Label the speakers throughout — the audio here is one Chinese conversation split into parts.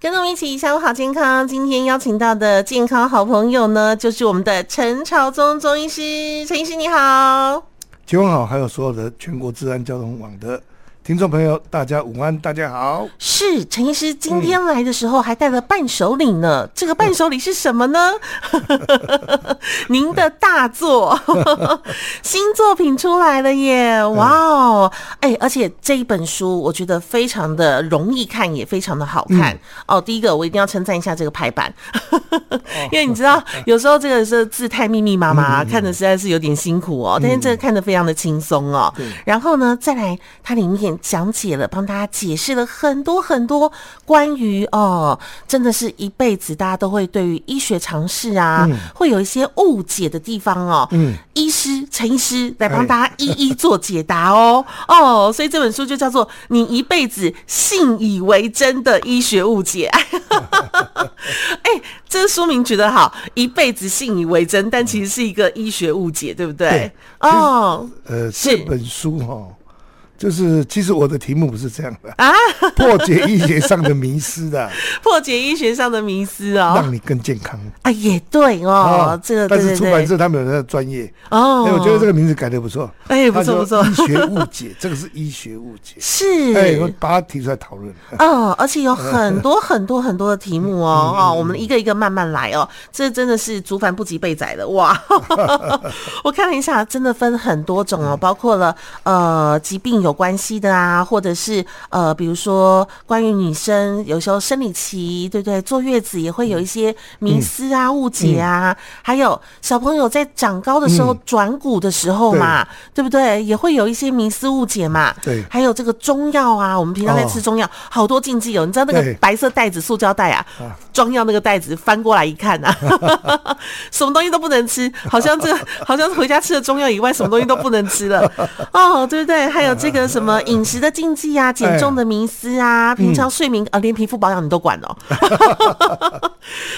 Speaker 1: 跟着我们一起下午好健康。今天邀请到的健康好朋友呢，就是我们的陈朝宗中医师。陈医师你好，
Speaker 2: 吉翁好，还有所有的全国治安交通网的听众朋友，大家午安，大家好。
Speaker 1: 是陈医师今天来的时候还带了伴手礼呢，这个伴手礼是什么呢？ 您的大作新作品出来了耶！哇哦，哎，而且这一本书我觉得非常的容易看，也非常的好看、哦。第一个我一定要称赞一下这个排版，因为你知道有时候这个是字太密密麻麻，看的实在是有点辛苦哦，但是这个看得非常的轻松哦。
Speaker 2: 对
Speaker 1: 然后呢，再来，它里面讲解了，帮大家解释了很多很多关于哦，真的是一辈子大家都会对于医学常识啊，会有一些误解的地方哦。嗯，医师陈医师来
Speaker 2: 哎
Speaker 1: 帮大家一一做解答哦。哦，所以这本书就叫做《你一辈子信以为真的医学误解》。 哎、这书名取得好，一辈子信以为真，但其实是一个医学误解，对不对？
Speaker 2: 对
Speaker 1: 哦，
Speaker 2: 呃，
Speaker 1: 是
Speaker 2: 这本书哈、就是其实我的题目不是这样的啊， 破解医学上的迷失的，
Speaker 1: 破解医学上的迷思哦。
Speaker 2: 让你更健康。
Speaker 1: 啊，也对哦，这个对
Speaker 2: 但是
Speaker 1: 对
Speaker 2: 出版
Speaker 1: 对，
Speaker 2: 社他们有他的专业，
Speaker 1: 哦，
Speaker 2: 哎，我觉得这个名字改的不错，
Speaker 1: 哎不错
Speaker 2: 他
Speaker 1: 不
Speaker 2: 说
Speaker 1: 错
Speaker 2: 医学误解， 这个是医学误解，
Speaker 1: 是，
Speaker 2: 哎，我把它提出来讨论。
Speaker 1: 嗯，而且有很多很多很多的题目哦，哦，我们一个一个慢慢来哦，这真的是竹凡不及被宰的哇！我看了一下，真的分很多种哦，包括了呃疾病有关系的啊，或者是呃比如说关于女生有时候生理期，对不对？坐月子也会有一些迷思啊、误解啊，还有小朋友在长高的时候、转骨的时候嘛，对不对？也会有一些迷思误解嘛。
Speaker 2: 对
Speaker 1: 还有这个中药啊，我们平常在吃
Speaker 2: 哦
Speaker 1: 中药好多禁忌哦，你知道那个
Speaker 2: 对
Speaker 1: 白色袋子、塑胶袋啊，装药那个袋子翻过来一看啊，什么东西都不能吃，好像这个好像回家吃了中药以外，什么东西都不能吃了，哦，对不对？还有这个什么饮食的禁忌啊，减重的迷思啊，平常睡眠啊，连皮肤保养你都管哦，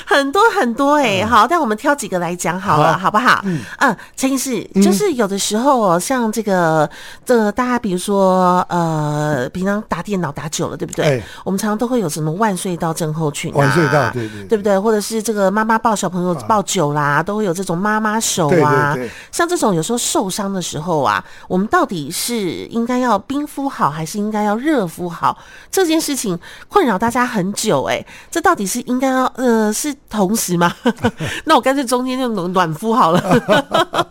Speaker 1: 很多很多哎、好，但我们挑几个来讲好了，好不好？嗯，陈医师，就是有的时候哦，像这个这个大家比如说呃，平常打电脑打久了，对不对？
Speaker 2: 哎
Speaker 1: 我们常常都会有什么腕隧道症候群、啊，
Speaker 2: 腕隧道对对对
Speaker 1: 对不对？或者是这个妈妈抱小朋友抱久啦、都会有这种妈妈手啊。
Speaker 2: 啊对对对
Speaker 1: 像这种有时候受伤的时候啊，我们到底是应该要冰敷好，还是应该要热敷好？这件事情困扰大家很久、欸，这到底是应该要呃是同时 吗？那我干脆中间就暖暖敷好了，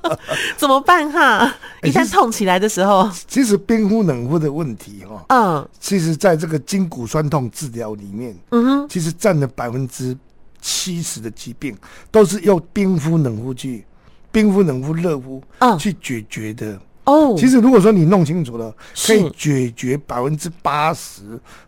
Speaker 1: 怎么办哈？
Speaker 2: 哎
Speaker 1: 一旦痛起来的时候，
Speaker 2: 其实冰敷冷敷的问题哈、
Speaker 1: 嗯
Speaker 2: 其实在这个筋骨酸痛治疗里面，
Speaker 1: 嗯哼，
Speaker 2: 其实占了百分之七十的疾病都是用冰敷、冷敷去冰敷、冷敷、热敷
Speaker 1: 嗯
Speaker 2: 去解决的。
Speaker 1: 哦，
Speaker 2: 其实如果说你弄清楚了，可
Speaker 1: 是
Speaker 2: 以解决百分之八十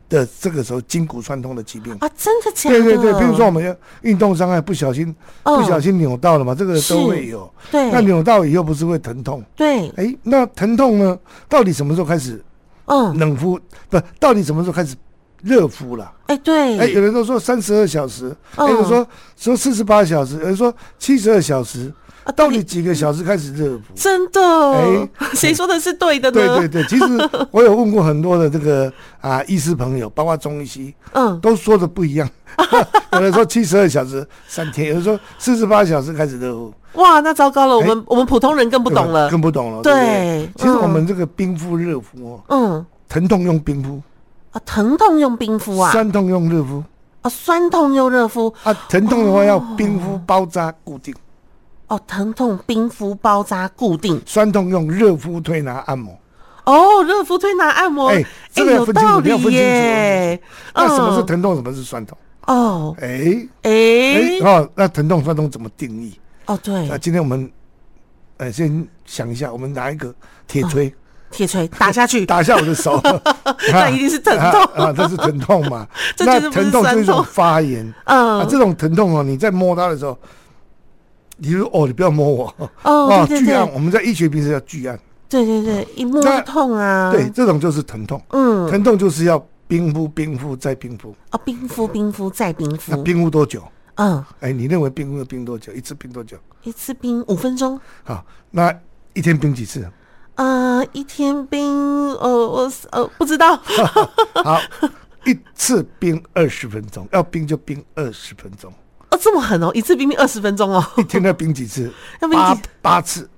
Speaker 2: 的这个时候筋骨酸痛的疾病。
Speaker 1: 啊，真的假的？
Speaker 2: 对对对，比如说我们要运动伤害不小心
Speaker 1: 嗯
Speaker 2: 不小心扭到了嘛，这个
Speaker 1: 是
Speaker 2: 都会有。
Speaker 1: 对
Speaker 2: 那扭到以后不是会疼痛？
Speaker 1: 对，
Speaker 2: 哎，那疼痛呢？到底什么时候开始
Speaker 1: 嗯，
Speaker 2: 冷敷？不，到底什么时候开始热敷了？
Speaker 1: 哎、对，
Speaker 2: 哎，有人都说三十二小时，
Speaker 1: 嗯
Speaker 2: 有人说说四十八小时，有人说七十二小时，
Speaker 1: 啊
Speaker 2: 到底几个小时开始热敷？
Speaker 1: 真的，谁、说的是对嗯的呢？
Speaker 2: 哎对对对，其实我有问过很多的这个啊医师朋友，包括中医师，
Speaker 1: 嗯，
Speaker 2: 都说的不一样。 有人说七十二小时三天，有人说四十八小时开始热敷，
Speaker 1: 哇，那糟糕了，我
Speaker 2: 哎
Speaker 1: 们、我们普通人更不懂了。
Speaker 2: 更不懂了。
Speaker 1: 对
Speaker 2: 对不对，其实
Speaker 1: 嗯
Speaker 2: 我们这个冰敷热敷哦，
Speaker 1: 嗯
Speaker 2: 疼痛用冰敷，
Speaker 1: 啊，疼痛用冰敷啊，
Speaker 2: 酸痛用热敷
Speaker 1: 啊，酸痛用热敷，
Speaker 2: 啊，疼痛的话要冰敷包扎固定，
Speaker 1: 哦，疼痛冰敷包扎固定，
Speaker 2: 酸痛用热敷推拿按摩。
Speaker 1: 哦，热敷推拿按摩，
Speaker 2: 哎这个要
Speaker 1: 有
Speaker 2: 分清楚
Speaker 1: 道理
Speaker 2: 要分清楚哦
Speaker 1: 耶。
Speaker 2: 那什么是
Speaker 1: 嗯
Speaker 2: 疼痛，什么是酸痛？
Speaker 1: 哦，
Speaker 2: 哎、
Speaker 1: 哎、
Speaker 2: 哎、哦，那疼痛酸痛怎么定义？
Speaker 1: 哦，
Speaker 2: 那
Speaker 1: 对，
Speaker 2: 今天我们，呃，先想一下，我们拿一个
Speaker 1: 哦
Speaker 2: 铁锤
Speaker 1: 铁锤打下去，
Speaker 2: 打下我的 手，
Speaker 1: 那一定是疼痛？
Speaker 2: 啊啊，这是疼痛嘛
Speaker 1: 这绝对
Speaker 2: 那
Speaker 1: 不是
Speaker 2: 疼痛就是一
Speaker 1: 酸痛
Speaker 2: 种发炎
Speaker 1: 嗯
Speaker 2: 啊，这种疼痛哦，你在摸它的时候，你就说哦，你不要摸我啊
Speaker 1: 哦对对嗯
Speaker 2: 巨按，
Speaker 1: 对
Speaker 2: 我们在医学平时叫巨按，
Speaker 1: 对对对，一摸
Speaker 2: 那
Speaker 1: 痛啊，
Speaker 2: 对，，这种就是疼痛，
Speaker 1: 嗯，
Speaker 2: 疼痛就是要冰敷、冰敷再冰敷，
Speaker 1: 哦，冰敷冰敷再冰
Speaker 2: 那
Speaker 1: 敷，
Speaker 2: 冰敷多久？
Speaker 1: 嗯，
Speaker 2: 哎，你认为冰敷要冰多久？一次冰多久？
Speaker 1: 一次冰五分钟。
Speaker 2: 好，那一天冰几次？
Speaker 1: 哦 呃，一天冰，呃，我呃不知道，
Speaker 2: 好，一次冰二十分钟，要冰就冰二十分钟，
Speaker 1: 哦，这么狠哦，一次冰冰二十分钟哦，？
Speaker 2: 一天要冰几次
Speaker 1: 要冰
Speaker 2: 八
Speaker 1: 几啊
Speaker 2: 八次，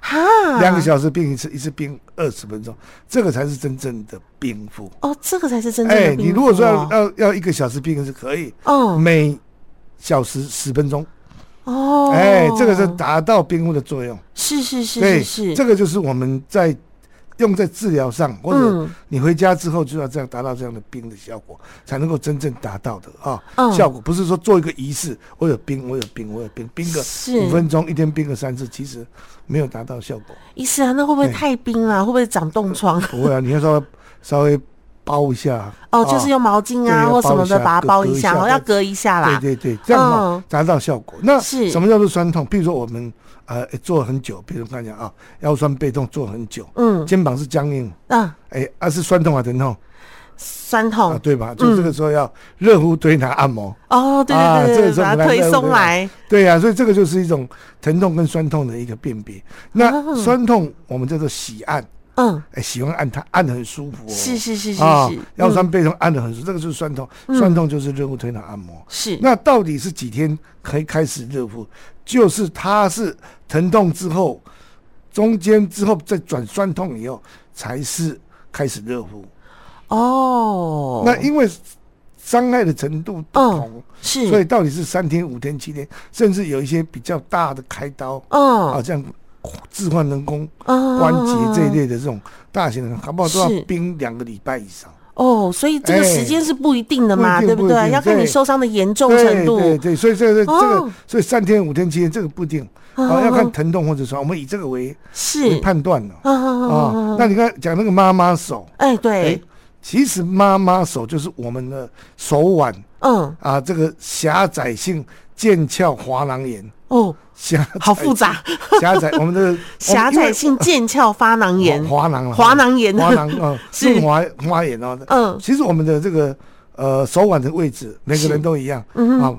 Speaker 1: 哈，
Speaker 2: 两个小时冰一次，一次冰二十分钟，这个才是真正的冰敷。
Speaker 1: 哦，这个才是真正
Speaker 2: 哎，
Speaker 1: 的冰敷哦、
Speaker 2: 你如果说要要要一个小时冰是可以，
Speaker 1: 哦
Speaker 2: 每小时十分钟，
Speaker 1: 哦，
Speaker 2: 哎，这个是达到冰敷的作用。
Speaker 1: 是是是
Speaker 2: 对，
Speaker 1: 是是，
Speaker 2: 这个就是我们在用在治疗上，或者
Speaker 1: 嗯
Speaker 2: 你回家之后就要这样达到这样的冰的效果，才能够真正达到的啊、
Speaker 1: 嗯
Speaker 2: 效果。不是说做一个仪式，我有冰，我有冰，我有冰，冰个
Speaker 1: 是
Speaker 2: 五分钟，一天冰个三次，其实没有达到效 果。
Speaker 1: 医师啊，那会不
Speaker 2: 哎
Speaker 1: 会太冰了、会不会长冻疮？
Speaker 2: 不会啊，你要稍微稍微包一下。
Speaker 1: 哦，就是
Speaker 2: 啊
Speaker 1: 用毛巾啊
Speaker 2: 对
Speaker 1: 或什么的
Speaker 2: 要包一下
Speaker 1: 把它包一下，哦，
Speaker 2: 隔一下
Speaker 1: 要隔一下啦。
Speaker 2: 对对对，这样嘛、
Speaker 1: 嗯
Speaker 2: 达到效果。那
Speaker 1: 是
Speaker 2: 什么叫做酸痛？比如说我们呃坐很久，比如刚才讲啊，腰酸背痛坐很久，
Speaker 1: 嗯，
Speaker 2: 肩膀是僵硬，
Speaker 1: 啊，
Speaker 2: 哎，啊是酸痛还是疼痛？
Speaker 1: 酸痛、
Speaker 2: 啊，对吧？就
Speaker 1: 嗯
Speaker 2: 这个时候要热乎推拿按摩，
Speaker 1: 哦，对
Speaker 2: 啊
Speaker 1: 对对对，
Speaker 2: 这个时候
Speaker 1: 把
Speaker 2: 我
Speaker 1: 它
Speaker 2: 们来
Speaker 1: 推
Speaker 2: 热
Speaker 1: 松
Speaker 2: 热
Speaker 1: 来。
Speaker 2: 对呀、所以这个就是一种疼痛跟酸痛的一个辨别。那
Speaker 1: 哦
Speaker 2: 酸痛我们叫做喜按，
Speaker 1: 嗯，
Speaker 2: 哎，喜欢按它，按的很舒服、哦。
Speaker 1: 是是是是
Speaker 2: 啊
Speaker 1: 是，，
Speaker 2: 腰
Speaker 1: 嗯
Speaker 2: 酸背痛按的很舒服，这个就是酸痛，酸痛就是热敷推拿按摩。
Speaker 1: 是
Speaker 2: 那到底是几天可以开始热敷？就是它是疼痛之后，中间之后再转酸痛以后，才是开始热敷。
Speaker 1: 哦，
Speaker 2: 那因为伤害的程度不
Speaker 1: 嗯
Speaker 2: 同，
Speaker 1: 是
Speaker 2: 所以到底是三天、五天、七天，甚至有一些比较大的开刀，
Speaker 1: 嗯
Speaker 2: 啊，这样置换人工
Speaker 1: 嗯
Speaker 2: 关节这一类的这种大型的，搞不好都
Speaker 1: 是
Speaker 2: 要冰两个礼拜以上。
Speaker 1: 哦，所以这个时间是不一定的嘛，
Speaker 2: 哎哎不一
Speaker 1: 对不
Speaker 2: 定不一
Speaker 1: 对？
Speaker 2: 定
Speaker 1: 要看你
Speaker 2: 对
Speaker 1: 受伤的严重程
Speaker 2: 对
Speaker 1: 度。
Speaker 2: 对对，所以这个这
Speaker 1: 哦
Speaker 2: 个，所以三天、五天、七天这个不一定，
Speaker 1: 哦
Speaker 2: 啊，要看疼痛或者说，我们以这个为为
Speaker 1: 是
Speaker 2: 判断了
Speaker 1: 啊啊
Speaker 2: 啊。那你看讲那个妈妈手，
Speaker 1: 哎，
Speaker 2: 哎
Speaker 1: 对，，
Speaker 2: 其实妈妈手就是我们的手腕
Speaker 1: 嗯，
Speaker 2: 啊，这个狭窄性腱鞘滑囊炎。
Speaker 1: 哦，
Speaker 2: 狭
Speaker 1: 好复
Speaker 2: 哎
Speaker 1: 杂，
Speaker 2: 狭窄，我 们的
Speaker 1: 狭窄性腱鞘发囊炎，
Speaker 2: 滑滑囊了，
Speaker 1: 滑囊炎
Speaker 2: 滑囊 啊，
Speaker 1: 是
Speaker 2: 是滑滑炎哦。
Speaker 1: 嗯
Speaker 2: 其实我们的这个呃手腕的位置，每个
Speaker 1: 是嗯
Speaker 2: 人都一样啊，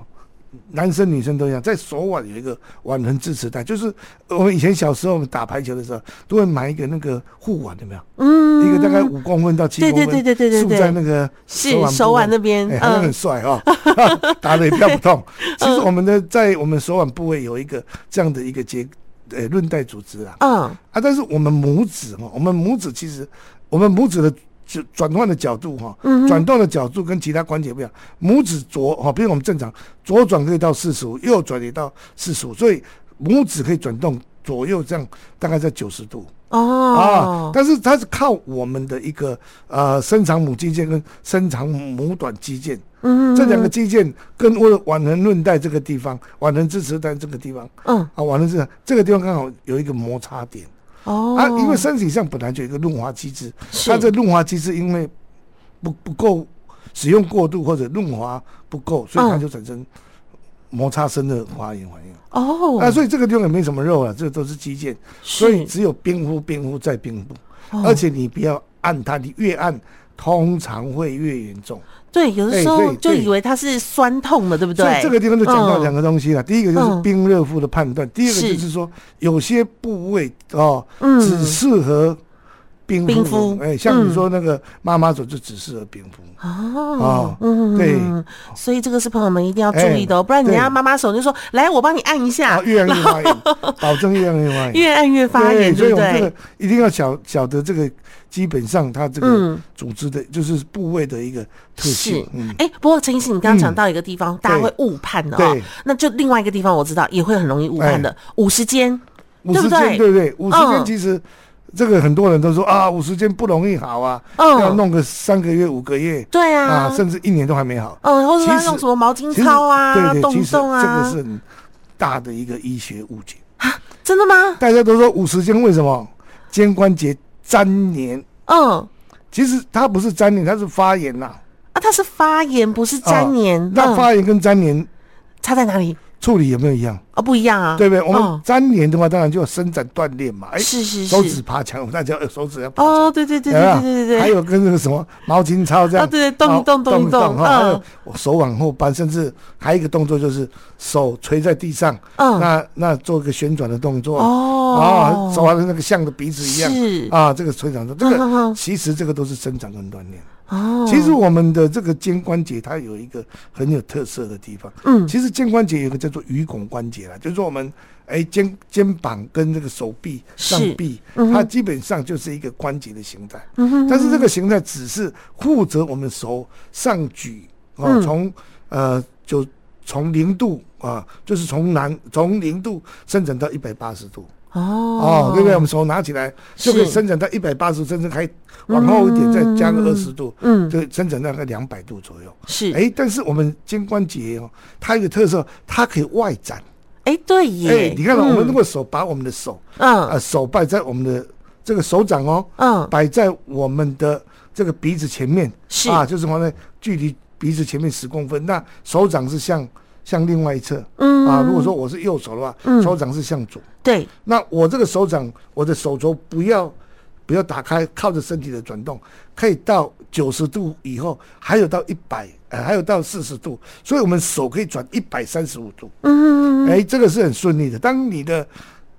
Speaker 2: 男生女生都一样，在手腕有一个腕横支持带，就是我们以前小时候我们打排球的时候，都会买一个那个护腕，有没有？
Speaker 1: 嗯，
Speaker 2: 一个大概五公分到七
Speaker 1: 对
Speaker 2: 公
Speaker 1: 对
Speaker 2: 分，
Speaker 1: 对对对对
Speaker 2: 竖
Speaker 1: 对
Speaker 2: 在那个
Speaker 1: 是
Speaker 2: 部
Speaker 1: 手腕
Speaker 2: 位
Speaker 1: 那边
Speaker 2: 哎，好像
Speaker 1: 嗯
Speaker 2: 很帅 哈， 打的也比较不痛。其实我们的在我们手腕部位有一个这样的一个结，呃，韧带组织啊
Speaker 1: 嗯，
Speaker 2: 啊，但是我们拇指哈，我们拇指其实我们拇指的转转换的角度哈，
Speaker 1: 嗯
Speaker 2: 转动的角度跟其他关节不一样。拇指左哈，比如我们正常左转可以到四十五，右转也到四十五，所以拇指可以转动左右这样大概在九十度。啊
Speaker 1: 哦，，
Speaker 2: 但是它是靠我们的一个呃伸长母肌腱跟伸长母短肌腱，
Speaker 1: 嗯
Speaker 2: 这两个肌腱跟我的腕横韧带这个地方，腕横支持带这个地方
Speaker 1: 嗯，
Speaker 2: 啊，腕横支持这个地方刚好有一个摩擦点、
Speaker 1: 哦，
Speaker 2: 啊，因为身体上本来就有一个润滑机制，
Speaker 1: 是
Speaker 2: 它这润滑机制因为不不够使用过度或者润滑不够，所以它
Speaker 1: 嗯
Speaker 2: 就产生摩擦生的滑炎反应。
Speaker 1: 哦，
Speaker 2: 啊，所以这个地方也没什么肉啊，这都是肌腱。所呃以
Speaker 1: 是
Speaker 2: 只有冰敷、冰敷再冰敷，
Speaker 1: 哦
Speaker 2: 而且你不要按它，你越按通常会越严重。
Speaker 1: 对，有的
Speaker 2: 哎
Speaker 1: 时候
Speaker 2: 对
Speaker 1: 就
Speaker 2: 对
Speaker 1: 以为它是酸痛的，对不
Speaker 2: 所
Speaker 1: 对？
Speaker 2: 以这个地方就讲到
Speaker 1: 嗯
Speaker 2: 两个东西了，第一个就是
Speaker 1: 嗯
Speaker 2: 冰热敷的判断，第二个
Speaker 1: 是
Speaker 2: 就是说有些部位哦，
Speaker 1: 嗯
Speaker 2: 只适合冰
Speaker 1: 冰
Speaker 2: 敷
Speaker 1: 敷。
Speaker 2: 哎，像你说那个妈妈手就只适合冰敷。
Speaker 1: 哦
Speaker 2: 哦，
Speaker 1: 嗯，
Speaker 2: 对，
Speaker 1: 所以这个是朋友们一定要注
Speaker 2: 哎
Speaker 1: 意的哦，不然人
Speaker 2: 对
Speaker 1: 家妈妈手就说来，我帮你按一下
Speaker 2: 啊，，越按越 发炎，保证越按越发炎。
Speaker 1: 越按越发炎，
Speaker 2: 所以
Speaker 1: 对
Speaker 2: 我
Speaker 1: 不
Speaker 2: 们这
Speaker 1: 对
Speaker 2: 个？一定要晓晓得这个基本上它这个
Speaker 1: 嗯
Speaker 2: 组织的，就是部位的一个特
Speaker 1: 是
Speaker 2: 性。嗯，，
Speaker 1: 哎、不过陈医师，你刚刚讲到一个地方，大家会误判的哦
Speaker 2: 对。哎
Speaker 1: 那就另外一个地方，我知道也会很容易误判的，五十肩，
Speaker 2: 五
Speaker 1: 对不
Speaker 2: 十
Speaker 1: 对
Speaker 2: 肩对不对？五十
Speaker 1: 嗯
Speaker 2: 肩其实这个很多人都说啊，五十肩不容易好啊，
Speaker 1: 嗯
Speaker 2: 要弄个三个月、五个月
Speaker 1: 对啊，
Speaker 2: 啊，甚至一年都还没好。
Speaker 1: 嗯，或者他
Speaker 2: 其实
Speaker 1: 用什么毛巾
Speaker 2: 其实
Speaker 1: 操啊，
Speaker 2: 对对，
Speaker 1: 动
Speaker 2: 其
Speaker 1: 一
Speaker 2: 实这
Speaker 1: 动
Speaker 2: 个
Speaker 1: 啊
Speaker 2: 是，很大的一个医学误解。
Speaker 1: 真的吗？
Speaker 2: 大家都说五十肩为什么肩关节粘连？
Speaker 1: 嗯，
Speaker 2: 其实它不是粘连，它是发炎呐、啊。
Speaker 1: 啊，它是发炎，不是粘黏。
Speaker 2: 那
Speaker 1: 嗯
Speaker 2: 发炎跟粘连
Speaker 1: 差在哪里？
Speaker 2: 处理有没有一样？
Speaker 1: 哦，不一样啊，
Speaker 2: 对不对？我们
Speaker 1: 嗯
Speaker 2: 粘连的话，当然就要伸展锻炼嘛。哎，
Speaker 1: 是是
Speaker 2: 手
Speaker 1: 是
Speaker 2: 指，爬墙，大家呃手指要爬墙。
Speaker 1: 哦，对对对
Speaker 2: 有没
Speaker 1: 对
Speaker 2: 有
Speaker 1: 对对对
Speaker 2: 还
Speaker 1: 对，
Speaker 2: 有跟那个什么毛巾操这样，
Speaker 1: 哦对对动一
Speaker 2: 然后
Speaker 1: 动动一
Speaker 2: 动
Speaker 1: 动
Speaker 2: 哈还
Speaker 1: 嗯
Speaker 2: 有我手往后扳，甚至还有一个动作就是手垂在地上，
Speaker 1: 嗯
Speaker 2: 那那做一个旋转的动作，
Speaker 1: 哦
Speaker 2: 啊，手玩的那个像个鼻子一样
Speaker 1: 是
Speaker 2: 啊，这个垂长的这
Speaker 1: 嗯嗯
Speaker 2: 个
Speaker 1: 嗯
Speaker 2: 其实这个都是生长跟锻炼，
Speaker 1: 哦，
Speaker 2: 其实我们的这个肩关节它有一个很有特色的地方，
Speaker 1: 嗯
Speaker 2: 其实肩关节有一个叫做鱼拱关节啦，就是说我们哎肩肩膀跟这个手臂、
Speaker 1: 是
Speaker 2: 上臂，
Speaker 1: 嗯哼
Speaker 2: 它基本上就是一个关节的形态，
Speaker 1: 嗯哼，
Speaker 2: 但是这个形态只是负责我们手上举哦，
Speaker 1: 嗯
Speaker 2: 从呃就从零度啊，就是从南从零度伸展到一百八十度。
Speaker 1: 哦
Speaker 2: 哦，对不对？我们手拿起来就可以
Speaker 1: 是
Speaker 2: 伸展到一百八十，甚至还往后一点，再加个二十度，
Speaker 1: 嗯，
Speaker 2: 就伸展到个两百度左右。
Speaker 1: 是，哎、
Speaker 2: 哎，但是我们肩关节哦，它有个特色，它可以外展。
Speaker 1: 对耶，
Speaker 2: 哎，你看到我们
Speaker 1: 嗯
Speaker 2: 如果手把我们的手啊、
Speaker 1: 嗯
Speaker 2: 手摆在我们的这个手掌哦，
Speaker 1: 嗯，
Speaker 2: 摆在我们的这个鼻子前面，
Speaker 1: 是
Speaker 2: 啊，就是放在距离鼻子前面十公分，那手掌是向向另外一侧。
Speaker 1: 嗯
Speaker 2: 啊，如果说我是右手的话，
Speaker 1: 嗯
Speaker 2: 手掌是向左。
Speaker 1: 对，
Speaker 2: 那我这个手掌，我的手肘不要不要打开，靠着身体的转动，可以到九十度以后，还有到一百、呃，还有到四十度，所以我们手可以转一百三十五度。
Speaker 1: 嗯
Speaker 2: 哎、这个是很顺利的。当你的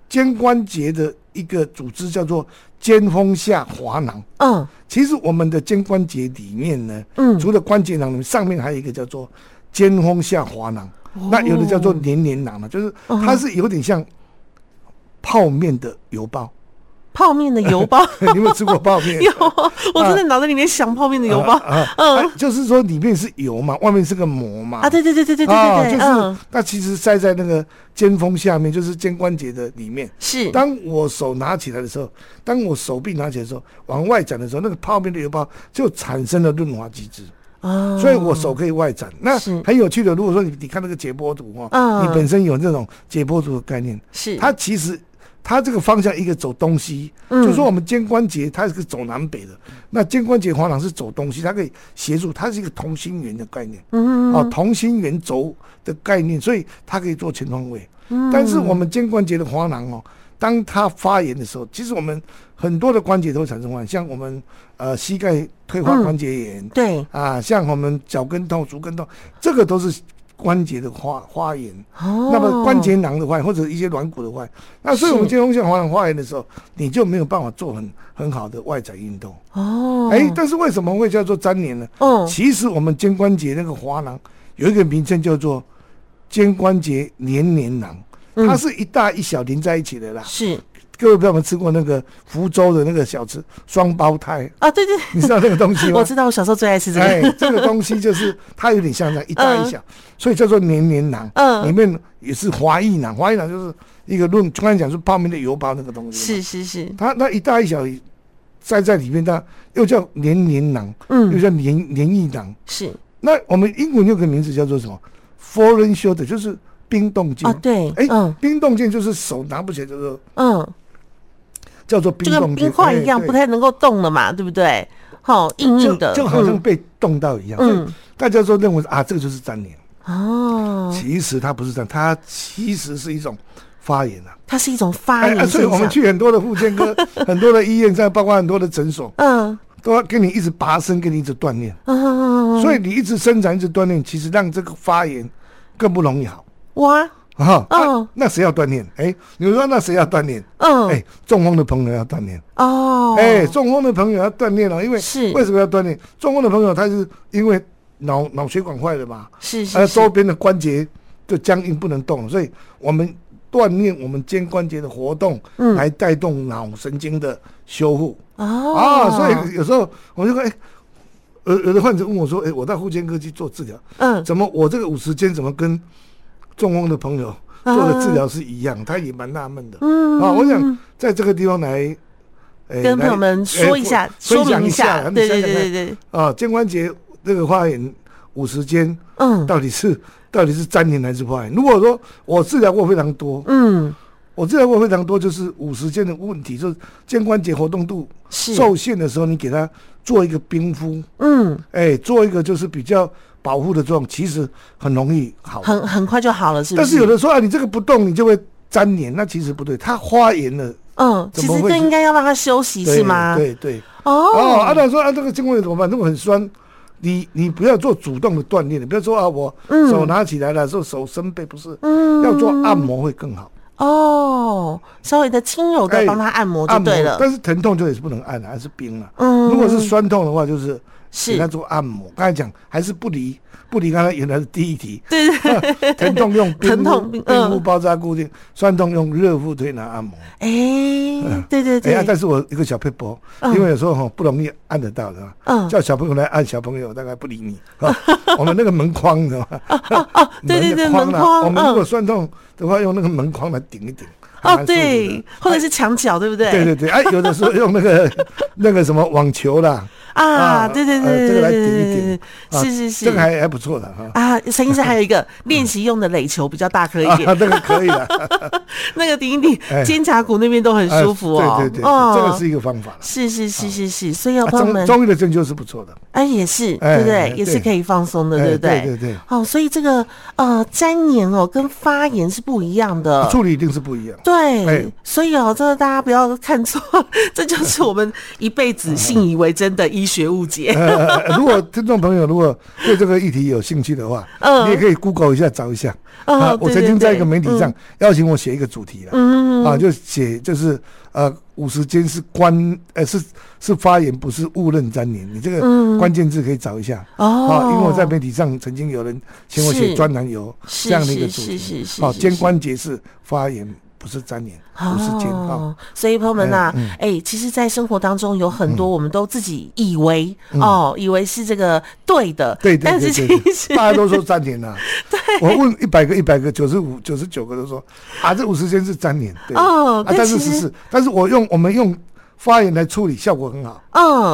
Speaker 2: 肩关节的一个组织叫做肩峰下滑囊，
Speaker 1: 嗯
Speaker 2: 其实我们的肩关节里面呢，
Speaker 1: 嗯，
Speaker 2: 除了关节囊，上面还有一个叫做肩峰下滑囊，
Speaker 1: 哦
Speaker 2: 那有的叫做黏黏囊呢，啊就是它是有点像泡面的油包。
Speaker 1: 泡面的油包，
Speaker 2: 你有没有吃过泡 面？
Speaker 1: 有，啊我正在脑袋里面想泡面的油包
Speaker 2: 啊，啊
Speaker 1: 嗯
Speaker 2: 就是说里面是油嘛，外面是个膜嘛。
Speaker 1: 啊，对对对对对对
Speaker 2: 啊
Speaker 1: 对对，
Speaker 2: 就
Speaker 1: 嗯
Speaker 2: 是，那其实塞在那个肩峰下面，就是肩关节的里面。
Speaker 1: 是，
Speaker 2: 当我手拿起来的时候，当我手臂拿起来的时候，往外展的时候，那个泡面的油包就产生了润滑机制。
Speaker 1: 哦
Speaker 2: 所以我手可以外展。那
Speaker 1: 是
Speaker 2: 很有趣的，如果说你你看那个解剖图哦，
Speaker 1: 嗯
Speaker 2: 你本身有这种解剖图的概念，
Speaker 1: 是
Speaker 2: 它其实它这个方向一个走东西，
Speaker 1: 嗯
Speaker 2: 就说我们肩关节它是走南北的，那肩关节滑囊是走东西，它可以协助，它是一个同心圆的概念。
Speaker 1: 嗯
Speaker 2: 哦，同心圆轴的概念，所以它可以做全方位。
Speaker 1: 嗯
Speaker 2: 但是我们肩关节的滑囊哦，当它发炎的时候，其实我们很多的关节都会产生发炎，像我们呃膝盖退化
Speaker 1: 嗯
Speaker 2: 关节炎，
Speaker 1: 对
Speaker 2: 啊，像我们脚跟痛、足跟痛，这个都是关节的发发炎。
Speaker 1: 哦，
Speaker 2: 那么关节囊的坏，或者一些软骨的坏，那所以我们
Speaker 1: 是
Speaker 2: 肩风向滑囊发炎的时候，你就没有办法做很很好的外展运动。
Speaker 1: 哦，
Speaker 2: 哎、但是为什么会叫做粘连呢？
Speaker 1: 嗯
Speaker 2: 其实我们肩关节那个滑囊有一个名称叫做肩关节粘连囊，
Speaker 1: 嗯
Speaker 2: 它是一大一小连在一起的啦。
Speaker 1: 是
Speaker 2: 各位朋友们吃过那个福州的那个小吃双胞胎，
Speaker 1: 啊，对对，
Speaker 2: 你知道那个东西吗？
Speaker 1: 我知道，我小时候最爱吃这
Speaker 2: 哎
Speaker 1: 个，，
Speaker 2: 这个东西就是它有点像这样一大一小，所以叫做黏黏囊。
Speaker 1: 嗯
Speaker 2: 里面也是滑液囊，滑液囊就是一个论，刚才讲是泡面的油包那个东西。
Speaker 1: 是，是是，
Speaker 2: 它那一大一小塞在里面，它又叫黏黏囊，又
Speaker 1: 嗯
Speaker 2: 叫黏黏液囊。
Speaker 1: 是
Speaker 2: 那我们英文有个名字叫做什么？Foreign shoulder，就是冰冻
Speaker 1: 啊，
Speaker 2: 腱。
Speaker 1: 对，
Speaker 2: 哎
Speaker 1: 嗯
Speaker 2: 冰冻腱就是手拿不起来，叫做
Speaker 1: 嗯，
Speaker 2: 叫
Speaker 1: 就
Speaker 2: 做冰冻
Speaker 1: 跟
Speaker 2: 腱，
Speaker 1: 冰块
Speaker 2: 哎
Speaker 1: 一样，
Speaker 2: 对
Speaker 1: 不太能够动了嘛，对不对？好，硬
Speaker 2: 就
Speaker 1: 硬的，
Speaker 2: 就好像
Speaker 1: 嗯
Speaker 2: 被冻到一样。
Speaker 1: 嗯
Speaker 2: 所以大家都认为啊，这个就是粘连。
Speaker 1: 哦，
Speaker 2: 其实它不是这样，它其实是一种发炎啊。
Speaker 1: 它是一种发
Speaker 2: 哎，
Speaker 1: 炎
Speaker 2: 啊所以
Speaker 1: 现
Speaker 2: 我们
Speaker 1: 象，
Speaker 2: 去很多的妇健 科、很多的医院，再包括很多的诊所，
Speaker 1: 嗯
Speaker 2: 都要跟你一直拔升，跟你一直锻炼。
Speaker 1: 嗯，
Speaker 2: 所以你一直伸展，一直锻炼，其实让这个发炎更不容易好
Speaker 1: 哇，
Speaker 2: 啊。
Speaker 1: 嗯
Speaker 2: 啊那谁要锻炼？哎，你说那谁要锻炼？
Speaker 1: 嗯
Speaker 2: 哎，中风的朋友要锻炼。
Speaker 1: 哦，
Speaker 2: 哎，中风的朋友要锻炼哦，因为
Speaker 1: 是
Speaker 2: 为什么要锻炼？中风的朋友他是因为脑脑血管坏了嘛，
Speaker 1: 是是
Speaker 2: 而
Speaker 1: 是
Speaker 2: 呃周边的关节就僵硬不能动了，所以我们锻炼我们肩关节的活动，
Speaker 1: 嗯
Speaker 2: 来带动脑神经的修复、
Speaker 1: 哦
Speaker 2: 啊。所以有时候我就说，哎、有有的患者问我说，哎、我到护肩科去做治疗，
Speaker 1: 嗯
Speaker 2: 怎么我这个五十肩怎么跟中风的朋友做的治疗是一样？他也蛮纳闷的、
Speaker 1: 嗯
Speaker 2: 啊。我想在这个地方来。哎
Speaker 1: 跟朋友们
Speaker 2: 来
Speaker 1: 说一下
Speaker 2: 哎，
Speaker 1: 说
Speaker 2: 分享
Speaker 1: 明
Speaker 2: 一下，
Speaker 1: 对对
Speaker 2: 你想想
Speaker 1: 对对
Speaker 2: 看
Speaker 1: 对，
Speaker 2: 啊，肩关节这个发炎五十肩，
Speaker 1: 嗯
Speaker 2: 到底是到底是粘连还是不炎？如果说我治疗过非常多，
Speaker 1: 嗯
Speaker 2: 我治疗过非常多，就是五十肩的问题，就是肩关节活动度
Speaker 1: 是
Speaker 2: 受限的时候，你给它做一个冰敷，
Speaker 1: 嗯
Speaker 2: 哎，做一个就是比较保护的作用，其实很容易好。
Speaker 1: 很很快就好了，是不
Speaker 2: 但是有的说啊，你这个不动，你就会粘连，那其实不对，它发炎了，
Speaker 1: 嗯，
Speaker 2: 怎
Speaker 1: 其
Speaker 2: 么
Speaker 1: 实
Speaker 2: 会
Speaker 1: 更
Speaker 2: 是
Speaker 1: 应该要让他休息
Speaker 2: 对
Speaker 1: 是吗？
Speaker 2: 对对。哦，
Speaker 1: 哦
Speaker 2: 阿达说啊，这个肩关节怎么办？如果很酸，你你不要做主动的锻炼，你不要说啊，我手拿起来了，说手伸背不是，
Speaker 1: 嗯
Speaker 2: 要做按摩会更好。
Speaker 1: 哦，稍微的轻柔的
Speaker 2: 哎
Speaker 1: 帮他按摩就
Speaker 2: 按摩
Speaker 1: 对了，
Speaker 2: 但是疼痛就也是不能按的，还是冰了。
Speaker 1: 嗯
Speaker 2: 如果是酸痛的话，就是
Speaker 1: 是
Speaker 2: 给他做按摩。刚才讲还是不离不离刚才原来的第一题，
Speaker 1: 对对对，
Speaker 2: 疼痛用冰
Speaker 1: 疼痛
Speaker 2: 敷
Speaker 1: 冰
Speaker 2: 冰敷
Speaker 1: 嗯
Speaker 2: 包扎固定，酸痛用热敷推拿按摩。
Speaker 1: 哎，对对
Speaker 2: 哎呀，
Speaker 1: 对，
Speaker 2: 但是我一个小配波，
Speaker 1: 嗯
Speaker 2: 因为有时候哈不容易按得到的嘛，
Speaker 1: 嗯
Speaker 2: 叫小朋友来按小朋友大概不理 你，啊我们那个门框的嘛，
Speaker 1: 哦，对对对，门
Speaker 2: 啦
Speaker 1: 框，
Speaker 2: 我们如果
Speaker 1: 嗯，
Speaker 2: 酸痛的话，用那个门框来顶一顶，还
Speaker 1: 哦
Speaker 2: 蛮舒服的
Speaker 1: 对，或者是墙角，对不对？
Speaker 2: 对对对，哎，有的时候用那 个那个什么网球啦，
Speaker 1: 啊，
Speaker 2: 啊
Speaker 1: 对对
Speaker 2: 呃
Speaker 1: 对对
Speaker 2: 这
Speaker 1: 对
Speaker 2: 个来
Speaker 1: 对
Speaker 2: 顶一
Speaker 1: 对对
Speaker 2: 顶啊
Speaker 1: 是是是，
Speaker 2: 这个还还嗯不错的哈。
Speaker 1: 啊，陈医生还有一 个练习用的垒球比较大颗一
Speaker 2: 啊，
Speaker 1: 点，
Speaker 2: 那个可以了，
Speaker 1: 那个顶顶
Speaker 2: 哎
Speaker 1: 肩胛骨那边都很
Speaker 2: 哎
Speaker 1: 舒服哦。
Speaker 2: 对对对，
Speaker 1: 哦
Speaker 2: 这个是一个方法了。
Speaker 1: 是是是是是，所以要
Speaker 2: 啊
Speaker 1: 帮我们
Speaker 2: 中中医的针灸是不错的，
Speaker 1: 哎，也是，
Speaker 2: 哎
Speaker 1: 对不对
Speaker 2: 哎？
Speaker 1: 也是
Speaker 2: 对
Speaker 1: 可以放松的，
Speaker 2: 哎
Speaker 1: 对不对？
Speaker 2: 对对对
Speaker 1: 哦，所以这个呃，粘连哦，跟发炎是不一样的。
Speaker 2: 处理一定是不一样。
Speaker 1: 对，
Speaker 2: 哎
Speaker 1: 所以哦，这个大家不要看错， 这就是我们一辈子信以为真的医学误解。
Speaker 2: 呃，如果听众朋友如果对这个议题有兴趣的话，
Speaker 1: 嗯
Speaker 2: 你也可以 Google 一下找一下。
Speaker 1: 哦
Speaker 2: 啊，
Speaker 1: 对
Speaker 2: 我曾经
Speaker 1: 对
Speaker 2: 在
Speaker 1: 对
Speaker 2: 一个媒体上邀请我写一个主题了，
Speaker 1: 嗯，
Speaker 2: 啊，就写就是呃，五十肩是关呃是是发炎，不是误认粘连。你这
Speaker 1: 嗯
Speaker 2: 个关键字可以找一下。啊，
Speaker 1: 哦，
Speaker 2: 因为我在媒体上曾经有人请我
Speaker 1: 是
Speaker 2: 写专栏，有
Speaker 1: 是
Speaker 2: 这样的一个
Speaker 1: 是
Speaker 2: 主
Speaker 1: 是是
Speaker 2: 题啊
Speaker 1: 是。
Speaker 2: 好，
Speaker 1: 是
Speaker 2: 肩
Speaker 1: 是
Speaker 2: 关节是发炎，不是粘连，不是肩啊。
Speaker 1: 哦，所以朋友们呐、啊，
Speaker 2: 嗯
Speaker 1: 哎、其实，在生活当中有很多我们都自己以为、哦，以为是这个对的，
Speaker 2: 嗯对对
Speaker 1: 但是
Speaker 2: 对
Speaker 1: 其
Speaker 2: 对
Speaker 1: 实
Speaker 2: 对，大家都说粘连 啊。我问一百个、一百个、九十五、九十九个都说啊，这五十肩是粘连。对
Speaker 1: 哦
Speaker 2: 啊
Speaker 1: 但
Speaker 2: 但是
Speaker 1: 其实
Speaker 2: 是是，但是我用我们用发炎来处理，效果很好。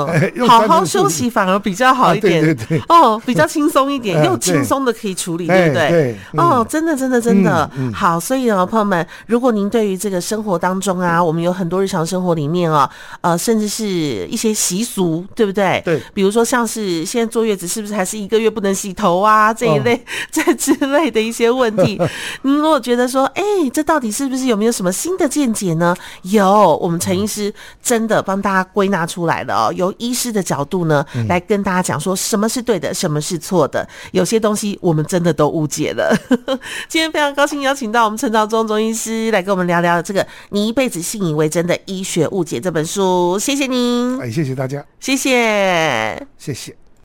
Speaker 2: 哎
Speaker 1: 嗯，
Speaker 2: 用
Speaker 1: 好
Speaker 2: 三
Speaker 1: 好
Speaker 2: 种
Speaker 1: 休
Speaker 2: 处理
Speaker 1: 息反而比较好
Speaker 2: 啊
Speaker 1: 一点，
Speaker 2: 对对对
Speaker 1: 哦，比较轻松一 点，
Speaker 2: 哎
Speaker 1: 又轻
Speaker 2: 对
Speaker 1: 松的可以处理，
Speaker 2: 哎
Speaker 1: 对不对？
Speaker 2: 对
Speaker 1: 哦，真的，真的，真的、
Speaker 2: 嗯嗯
Speaker 1: 好。所以呢，朋友们，如果您对于这个生活当中啊，
Speaker 2: 嗯
Speaker 1: 我们有很多日常生活里面啊，呃，甚至是一些习俗，对不对？
Speaker 2: 对
Speaker 1: 比如说像是现在坐月子是不是还是一个月不能洗头啊这
Speaker 2: 哦
Speaker 1: 一类、 这之类的一些问题，您如果觉得说，哎，这到底是不是有没有什么新的见解呢？有，我们陈医师真的帮大家归纳出来了哦，由医师的角度呢，来跟大家讲说什么是对的，什么是错的，有些东西我们真的都误解了。 今天非常高兴邀请到我们陈昭忠中医师来跟我们聊聊这个“你一辈子信以为真的医学误解”这本书，谢谢您，
Speaker 2: 哎，谢谢大家，
Speaker 1: 谢谢。
Speaker 2: 谢谢。